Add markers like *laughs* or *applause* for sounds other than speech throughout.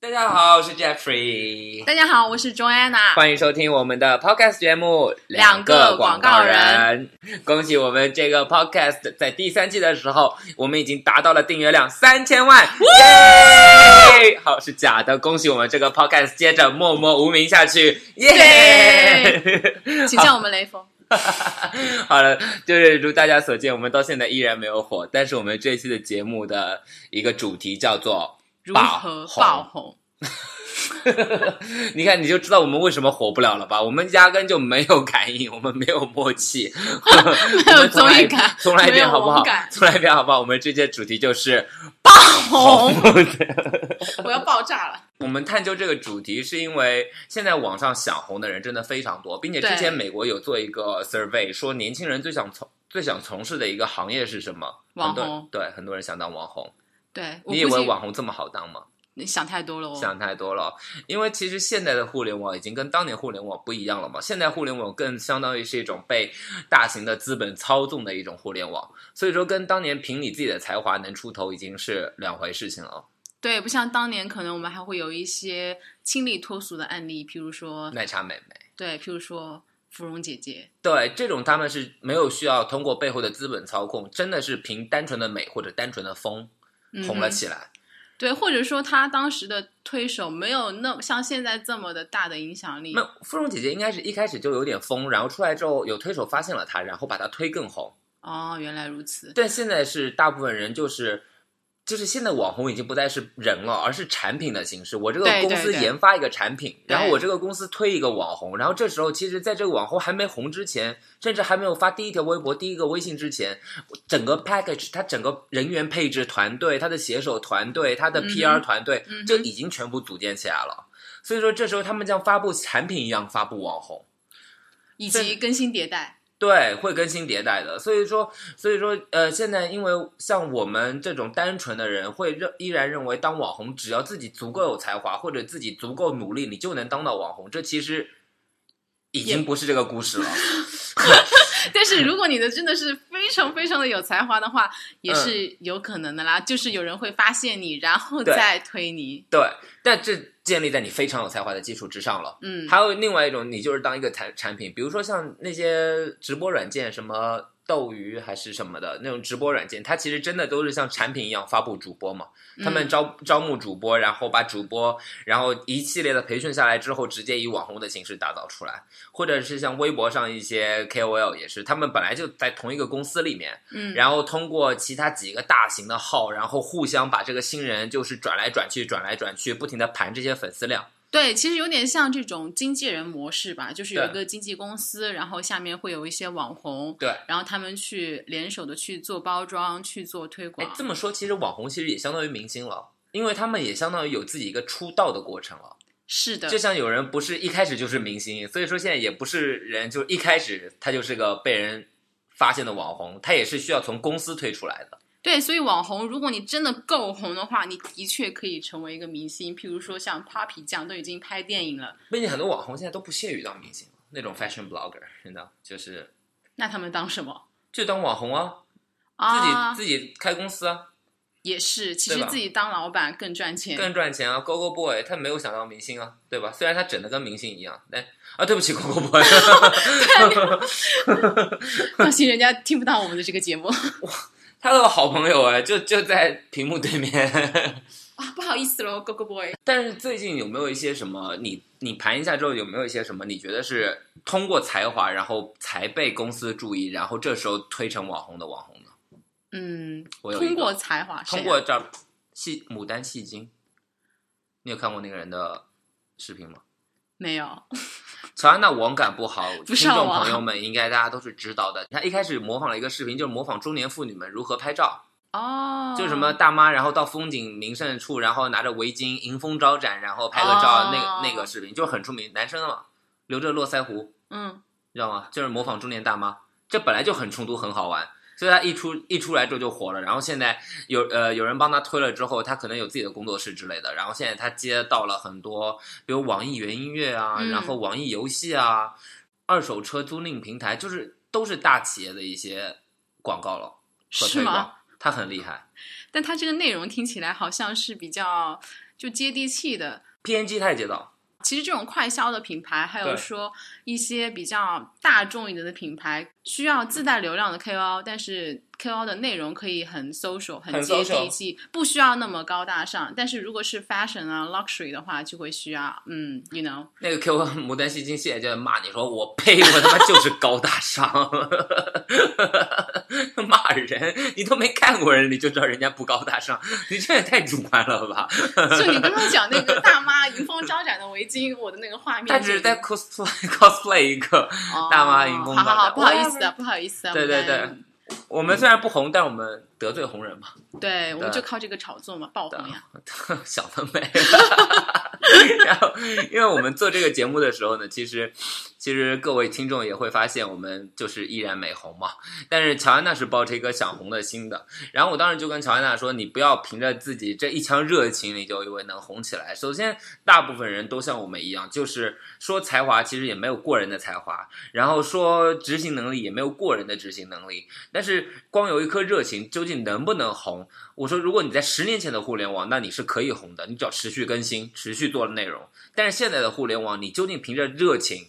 大家好，我是 Jeffrey，大家好，我是 Joanna。欢迎收听我们的 Podcast 节目《两个广告人》。恭喜我们这个 Podcast 在第三季的时候，我们已经达到了订阅量三千万，耶！好，是假的。恭喜我们这个 Podcast 接着默默无名下去，耶！请叫我们雷锋。好了，就是如大家所见，我们到现在依然没有火，但是我们这期的节目的一个主题叫做如何爆红？你看，你就知道我们为什么火不了了吧？我们压根就没有感应，我们没有默契，没有综艺感，从来一遍好不好没有网感？从来一遍好不好？我们这届主题就是红，我要爆炸了。 *laughs* 我们探究这个主题，是因为现在网上想红的人真的非常多，并且之对前美国有做一个 survey，说年轻人最想从最想从事的一个行业是什么？网很多红对，很多人想当网红。对，我你以估为计网红这么好当吗？你想太多了哦。想太多了，因为其实现在的互联网已经跟当年互联网不一样了嘛。现在互联网更相当于是一种被大型的资本操纵的一种互联网，所以说跟当年凭你自己的才华能出头已经是两回事情了。对，不像当年，可能我们还会有一些清丽脱俗的案例，譬如说，啊奶茶妹妹，对，譬如说芙蓉姐姐，对这种他们是没有需要通过背后的资本操控，真的是凭单纯的美或者单纯的风嗯红了起来。对，或者说她当时的推手没有那么像现在这么的大的影响力那、。芙蓉姐姐应该是一开始就有点疯，然后出来之后有推手发现了她，然后把她推更红。哦，原来如此。但现在是大部分人就是。就是现在网红已经不再是人了，而是产品的形式。我这个对对公司对研发一个产品，对然后我这个公司推一个网红，然后这时候其实在这个网红还没红之前，甚至还没有发第一条微博、第一个微信之前，整个 package 它整个人员配置、团队、它的写手团队、它的嗯哼 PR 团队、嗯哼就已经全部组建起来了。所以说这时候他们像发布产品一样发布网红。以这及更新迭代，对，会更新迭代的，所以说，所以说，呃，现在因为像我们这种单纯的人，会认依然认为当网红，只要自己足够有才华，或者自己足够努力，你就能当到网红。这其实已经不是这个故事了。但是如果你的真的是非常非常的有才华的话，嗯也是有可能的啦。就是有人会发现你，然后对再推你。对，但这建立在你非常有才华的基础之上了。嗯，还有另外一种，你就是当一个产产品，比如说像那些直播软件，什么斗鱼还是什么的那种直播软件，它其实真的都是像产品一样发布主播嘛。他们嗯招招募主播，然后把主播，然后一系列的培训下来之后，直接以网红的形式打造出来，或者是像微博上一些 KOL 也是，他们本来就在同一个公司里面，嗯，然后通过其他几个大型的号，然后互相把这个新人就是转来转去，转来转去，不停的盘这些粉丝量。对，其实有点像这种经纪人模式吧，就是有对一个经纪公司，然后下面会有一些网红，对，然后他们去联手的去做包装，去做推哎广，。这么说其实网红其实也相当于明星了。因为他们也相当于有自己一个出道的过程了，是的就，像有人不是一开始就是明星，所以说现在也不是人，就一开始他就是个被人发现的网红，他也是需要从公司推出来的。对，所以网红，如果你真的够红的话，你的确可以成为一个明星。譬如说像 Papi 酱都已经拍电影了，并且很多网红现在都不屑于当明星，那种 fashion blogger 真的就是那他们当什么就当网红啊，自己、啊？自己开公司啊，也是，其对实吧自己当老板更赚钱。更赚钱啊。Go Go Boy 他没有想当明星啊，对吧？虽然他整的跟明星一样，但啊，对不起 Go Go Boy， *laughs* 放心，人家听不到我们的这个节目 *laughs* 他的好朋友哎，就就在屏幕对面。啊，不好意思喽，Go Go Boy。但是最近有没有一些什么？你你盘一下之后，有没有一些什么？你觉得是通过才华，然后才被公司注意，然后这时候推成网红的网红呢？嗯，我有一通个过才华，通谁啊过这儿戏牡丹戏精，你有看过那个人的视频吗？没有，乔安娜网感不好，不听上众网朋友们应该大家都是知道的。她一开始模仿了一个视频，就是模仿中年妇女们如何拍照，哦，就是什么大妈，然后到风景名胜处，然后拿着围巾迎风招展，然后拍个照，哦那那个视频就是很出名，男生的嘛，留着络腮胡。嗯，你知道吗？就是模仿中年大妈，这本来就很冲突，很好玩。所以他一出一出来之后就火了，然后现在有呃有人帮他推了之后，他可能有自己的工作室之类的，然后现在他接到了很多，比如网易云音乐啊，嗯然后网易游戏啊，二手车租赁平台，就是都是大企业的一些广告了和是推吗？广，他很厉害。但它这个内容听起来好像是比较就接地气的。 ，PNG 他也接到，其实这种快消的品牌，还有对说一些比较大众一点的品牌，需要自带流量的 KOL，但是 KOL 的内容可以很 social、很接 social 地气，不需要那么高大上。但是如果是 fashion 啊、luxury 的话，就会需要，嗯，you *laughs* know，那个 Q 牡丹戏精现在就在骂你说，我呸，我他妈就是高大上， *laughs* 骂人，你都没看过人，你就知道人家不高大上，你这也太主观了吧？就你刚刚讲那个大妈迎风招展的围巾，我的那个画面就，他只是在 cosplay cosplay 一个，哦大妈迎风好好招展好，不好意思啊，不好意思啊，对对牡丹我们虽然不红，但我们得罪红人嘛，对，我们对就靠这个炒作嘛，爆红呀。想得美。 *laughs* 然后，因为我们做这个节目的时候呢，其实其实各位听众也会发现，我们就是依然没红嘛。但是乔安娜是抱着一个想红的心的。然后我当时就跟乔安娜说：“你不要凭着自己这一腔热情，你就以为能红起来。首先，大部分人都像我们一样，就是说才华其实也没有过人的才华，然后说执行能力也没有过人的执行能力。但是光有一颗热情，究竟能不能红？我说，如果你在十年前的互联网，那你是可以红的，你只要持续更新，持续做内容。但是现在的互联网，你究竟凭着热情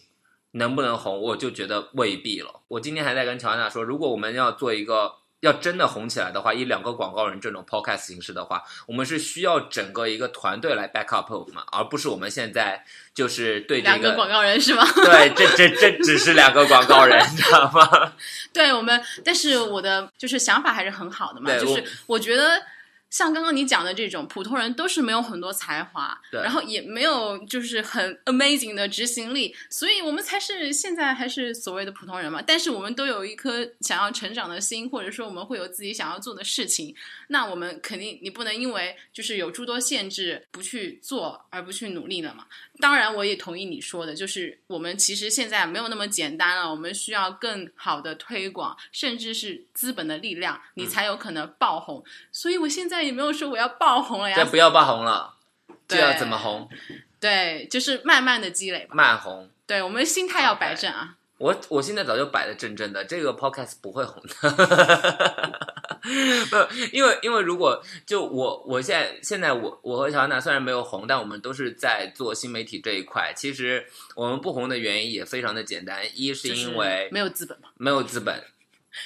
能不能红，我就觉得未必了。我今天还在跟乔安娜说，如果我们要做一个。要真的红起来的话，一两个广告人这种 podcast 形式的话，我们是需要整个一个团队来 back up 我们，而不是我们现在就是对这两个广告人是吗？对，这这这只是两个广告人，你知道吗？对我们，但是我的就是想法还是很好的嘛，对就是我我觉得。像刚刚你讲的这种，普通人都是没有很多才华，对然后也没有就是很 amazing 的执行力，所以我们才是现在还是所谓的普通人嘛。但是我们都有一颗想要成长的心，或者说我们会有自己想要做的事情。那我们肯定你不能因为就是有诸多限制不去做而不去努力了嘛。当然，我也同意你说的，就是我们其实现在没有那么简单了，我们需要更好的推广，甚至是资本的力量，你嗯才有可能爆红。所以我现在也没有说我要爆红了这呀，不要爆红了，这对要怎么红？对，就是慢慢的积累吧。慢红。对我们心态要摆正啊。我我现在早就摆的正正的，这个 podcast 不会红的。不，因为因为如果就我我现在现在我我和乔安娜虽然没有红，但我们都是在做新媒体这一块。其实我们不红的原因也非常的简单，一是就是因为没有资本嘛，没有资本，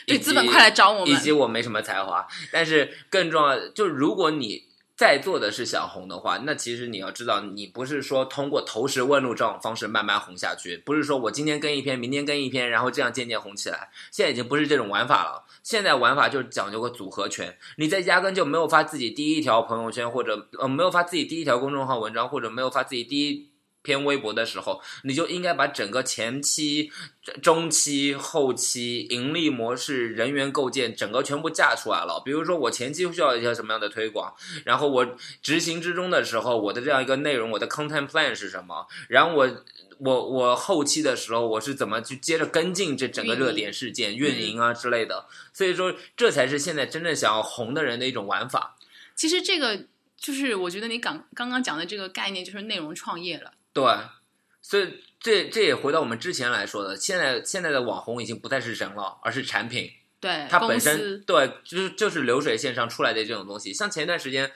对以及资本快来找我以们。及我没什么才华。但是更重要的，就是如果你在做的是想红的话，那其实你要知道，你不是说通过投石问路这种方式慢慢红下去，不是说我今天跟一篇，明天跟一篇，然后这样渐渐红起来。现在已经不是这种玩法了，现在玩法就是讲究个组合拳。你在压根就没有发自己第一条朋友圈，或者呃没有发自己第一条公众号文章，或者没有发自己第一。篇微博的时候，你就应该把整个前期、中期、后期盈利模式、人员构建整个全部架出来了。比如说，我前期需要一些什么样的推广，然后我执行之中的时候，我的这样一个内容，我的 content plan 是什么，然后我。我我后期的时候，我是怎么去接着跟进这整个热点事件、运营啊之类的，所以说这才是现在真正想要红的人的一种玩法。其实这个就是我觉得你刚刚刚讲的这个概念就是内容创业了。对，所以这这也回到我们之前来说的，现在现在的网红已经不再是人了，而是产品。对，它公本司身对，就是就是流水线上出来的这种东西。像前一段时间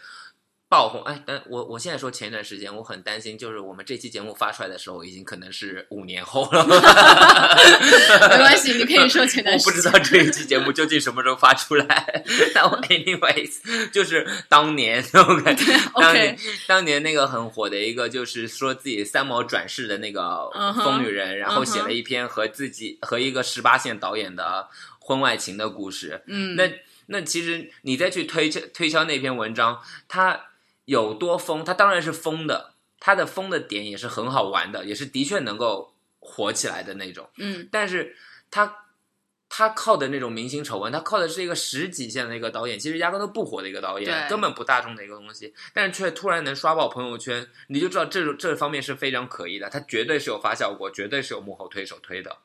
爆红，哎，但我我现在说前一段时间，我很担心，就是我们这期节目发出来的时候，已经可能是五年后了。 *laughs* 没关系，你可以说前段我时不间。知道这一期节目究竟什么时候发出来，但 *laughs* 我 anyways 就是当年 OK，当年当年那个很火的一个，就是说自己三毛转世的那个嗯哼疯女人然后写嗯了哼一篇和自己和一个十八线导演的婚外情的故事。嗯，那那其实你再去推敲推敲那篇文章，它有多疯？它当然是疯的，它的疯的点也是很好玩的，也是的确能够火起来的那种。嗯，但是他他靠的那种明星丑闻，他靠的是一个十几线的一个导演，其实压根都不火的一个导演，对根本不大众的一个东西，但是却突然能刷爆朋友圈，你就知道这种这方面是非常可疑的，他绝对是有发酵过，绝对是有幕后推手推的。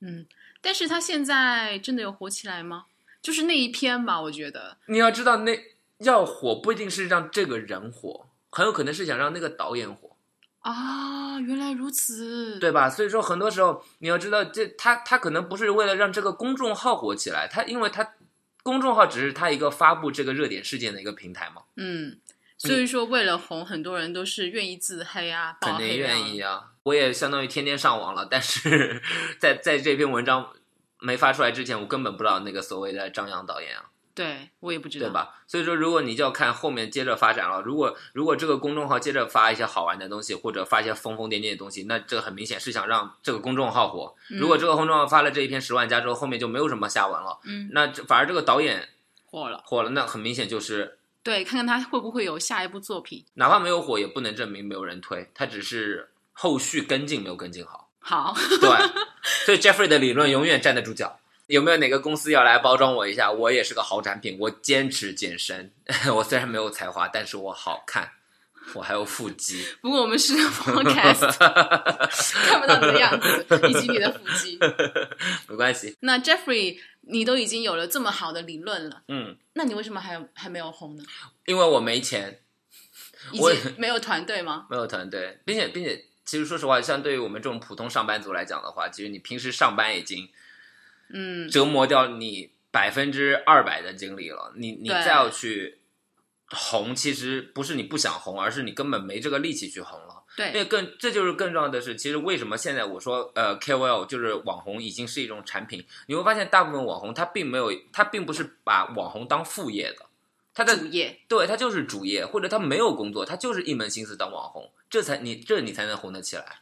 嗯，但是他现在真的有火起来吗？就是那一篇吧，我觉得你要知道那，要火不一定是让这个人火，很有可能是想让那个导演火。啊，原来如此。对吧？所以说，很多时候你要知道，这他他可能不是为了让这个公众号火起来，他因为他公众号只是他一个发布这个热点事件的一个平台嘛。嗯，所以说，为了红，很多人都是愿意自黑啊，肯爆定黑愿意啊。啊。我也相当于天天上网了，但是在在这篇文章没发出来之前，我根本不知道那个所谓的张扬导演啊，对我也不知道，对？吧？所以说，如果你就要看后面接着发展了，如果如果这个公众号接着发一些好玩的东西，或者发一些疯疯癫癫的东西，那这个很明显是想让这个公众号火。嗯如果这个公众号发了这一篇十万加之后，后面就没有什么下文了，嗯那这反而这个导演火了，火了，那很明显就是对，看看他会不会有下一部作品。哪怕没有火，也不能证明没有人推，他只是后续跟进没有跟进好。好， *laughs* *laughs* 对，所以 Jeffrey 的理论永远站得住脚。有没有哪个公司要来包装我一下？我也是个好产品，我坚持健身。 *laughs* 我虽然没有才华，但是我好看，我还有腹肌。不过我们是 *laughs* podcast，看不到你的样子以及你的腹肌。没关系，那 Jeffrey，你都已经有了这么好的理论了，嗯，那你为什么还还没有红呢？因为我没钱，以我及没有团队吗？没有团队，并且并且，其实说实话，像对于我们这种普通上班族来讲的话，其实你平时上班已经嗯，折磨掉你百分之二百的精力了，你你对再要去红，其实不是你不想红，而是你根本没这个力气去红了。因对，为更这就是更重要的是，其实为什么现在我说呃 KOL 就是网红已经是一种产品，你会发现大部分网红他并没有，他并不是把网红当副业的，他的主业对他就是主业，或者他没有工作，他就是一门心思当网红，这才你这你才能红得起来。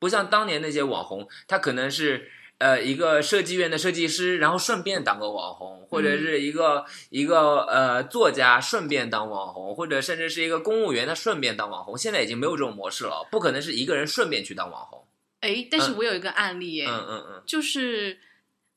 不像当年那些网红，他可能是呃一个设计院的设计师，然后顺便当个网红，或者是一个、一个呃作家顺便当网红，或者甚至是一个公务员他顺便当网红。现在已经没有这种模式了，不可能是一个人顺便去当网红。哎，但是我有一个案例耶，嗯嗯嗯，就是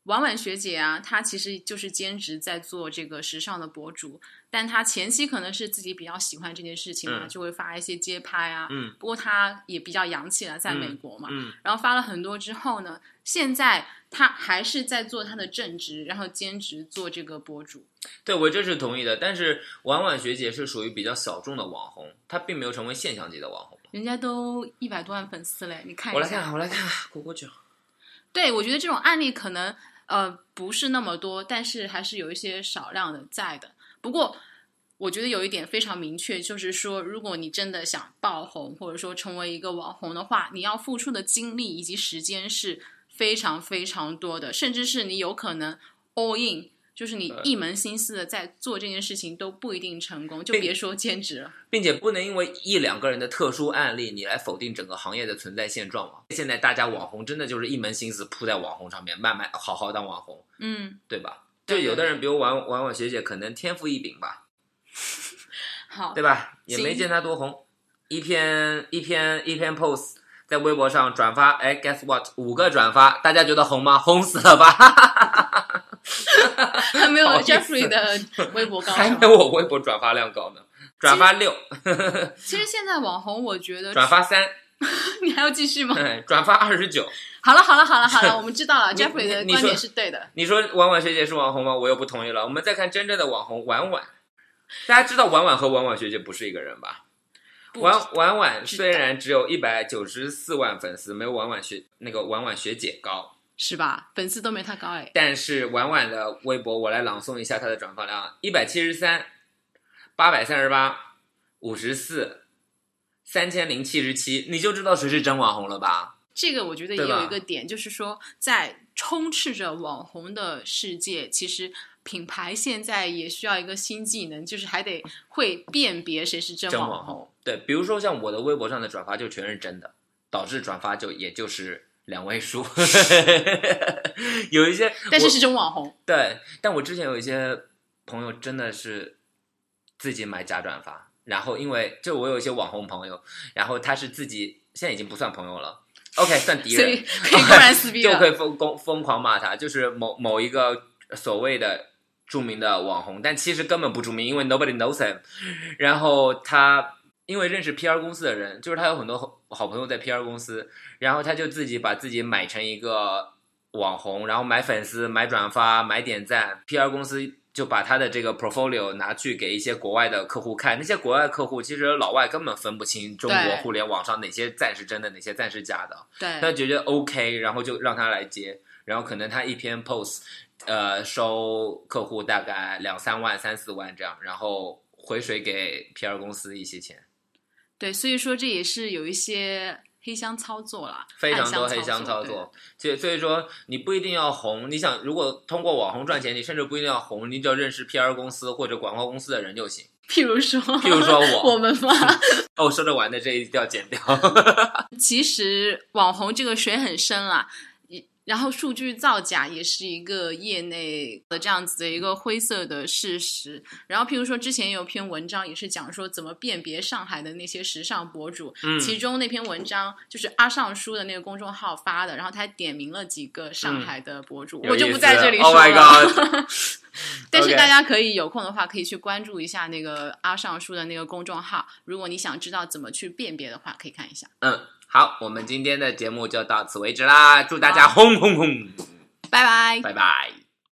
婉婉学姐啊，她其实就是兼职在做这个时尚的博主，但她前期可能是自己比较喜欢这件事情嘛，嗯就会发一些街拍啊。嗯不过她也比较洋气了，在美国嘛，嗯然后发了很多之后呢，现在她还是在做她的正职，然后兼职做这个博主。对我这是同意的。但是婉婉学姐是属于比较小众的网红，她并没有成为现象级的网红。人家都一百多万粉丝嘞，你看我一来下。看，我来看，过过去。对，我觉得这种案例可能呃不是那么多，但是还是有一些少量的在的。不过我觉得有一点非常明确，就是说，如果你真的想爆红，或者说成为一个网红的话，你要付出的精力以及时间是非常非常多的，甚至是你有可能 all in。就是你对一门心思的在做这件事情都不一定成功，就别说兼职了。并且不能因为一两个人的特殊案例，你来否定整个行业的存在现状嘛。现在大家网红真的就是一门心思扑在网红上面，慢慢好好当网红，嗯，对吧？就对有的人，比如婉婉婉学姐，可能天赋异禀吧，好，对吧？也没行见她多红，一篇一篇一篇 post 在微博上转发，哎，guess what？五个转发，大家觉得红吗？红死了吧？ *laughs* 还没有不好意思 Jeffrey 的微博 *laughs* 高还潮没。我微博转发量高呢，转发六，其实现在网红，我觉得转发三， *laughs* 你还要继续吗？哎转发二十九。好了好了好了好 *laughs* 了，我们知道了你，Jeffrey 的你观说点是对的。你说婉婉学姐是网红吗？我又不同意了。我们再看真正的网红婉婉，大家知道婉婉和婉婉学姐不是一个人吧？不婉婉婉虽然只有一百九十四万粉丝，没有婉婉学那个婉婉学姐高，是吧？粉丝都没他高哎，但是婉婉的微博我来朗诵一下她的转发量：啊一百七十三、八百三十八、五十四、三千零七十七，你就知道谁是真网红了吧？这个我觉得也对吧有一个点，就是说在充斥着网红的世界，其实品牌现在也需要一个新技能，就是还得会辨别谁是真真网网红。对，比如说像我的微博上的转发就全是真的，导致转发就也就是两位数， *laughs* 有一些，但是我是真网红。对，但我之前有一些朋友真的是自己买假转发，然后因为就我有一些网红朋友，然后他是自己现在已经不算朋友了，OK 算敌所以人， *laughs* 可以公然撕逼 *laughs* 就可了。以疯疯疯狂骂他，就是某某一个所谓的著名的网红，但其实根本不著名，因为 nobody knows him。然后他因为认识 PR 公司的人，就是他有很多好好朋友在 PR 公司，然后他就自己把自己买成一个网红，然后买粉丝、买转发、买点赞，PR 公司。就把他的这个 portfolio 拿去给一些国外的客户看，那些国外客户其实老外根本分不清中国对互联网上哪些赞是真的，哪些赞是假的。他对，觉得 OK，然后就让他来接，然后可能他一篇 post，呃，收客户大概两三万、三四万这样，然后回水给 PR 公司一些钱。对，所以说这也是有一些黑箱操作啦，非常多暗黑箱操对作。所以所以说，你不一定要红，你想如果通过网红赚钱，你甚至不一定要红，你只要认识 PR 公司或者广告公司的人就行。 *laughs* 譬如说，譬如说我 *laughs* 我们嘛，哦，说着玩的这一定要剪掉。其实网红这个水很深啦。一然后数据造假也是一个业内的这样子的一个灰色的事实。然后，譬如说之前有篇文章也是讲说怎么辨别上海的那些时尚博主，嗯，其中那篇文章就是阿尚书的那个公众号发的，然后他点名了几个上海的博主，有我就意不思在这里说 Oh 了。 my god！但是 OK 大家可以有空的话，可以去关注一下那个阿尚书的那个公众号。如果你想知道怎么去辨别的话，可以看一下。嗯，好，我们今天的节目就到此为止啦，祝大家轰轰轰，拜拜。拜拜。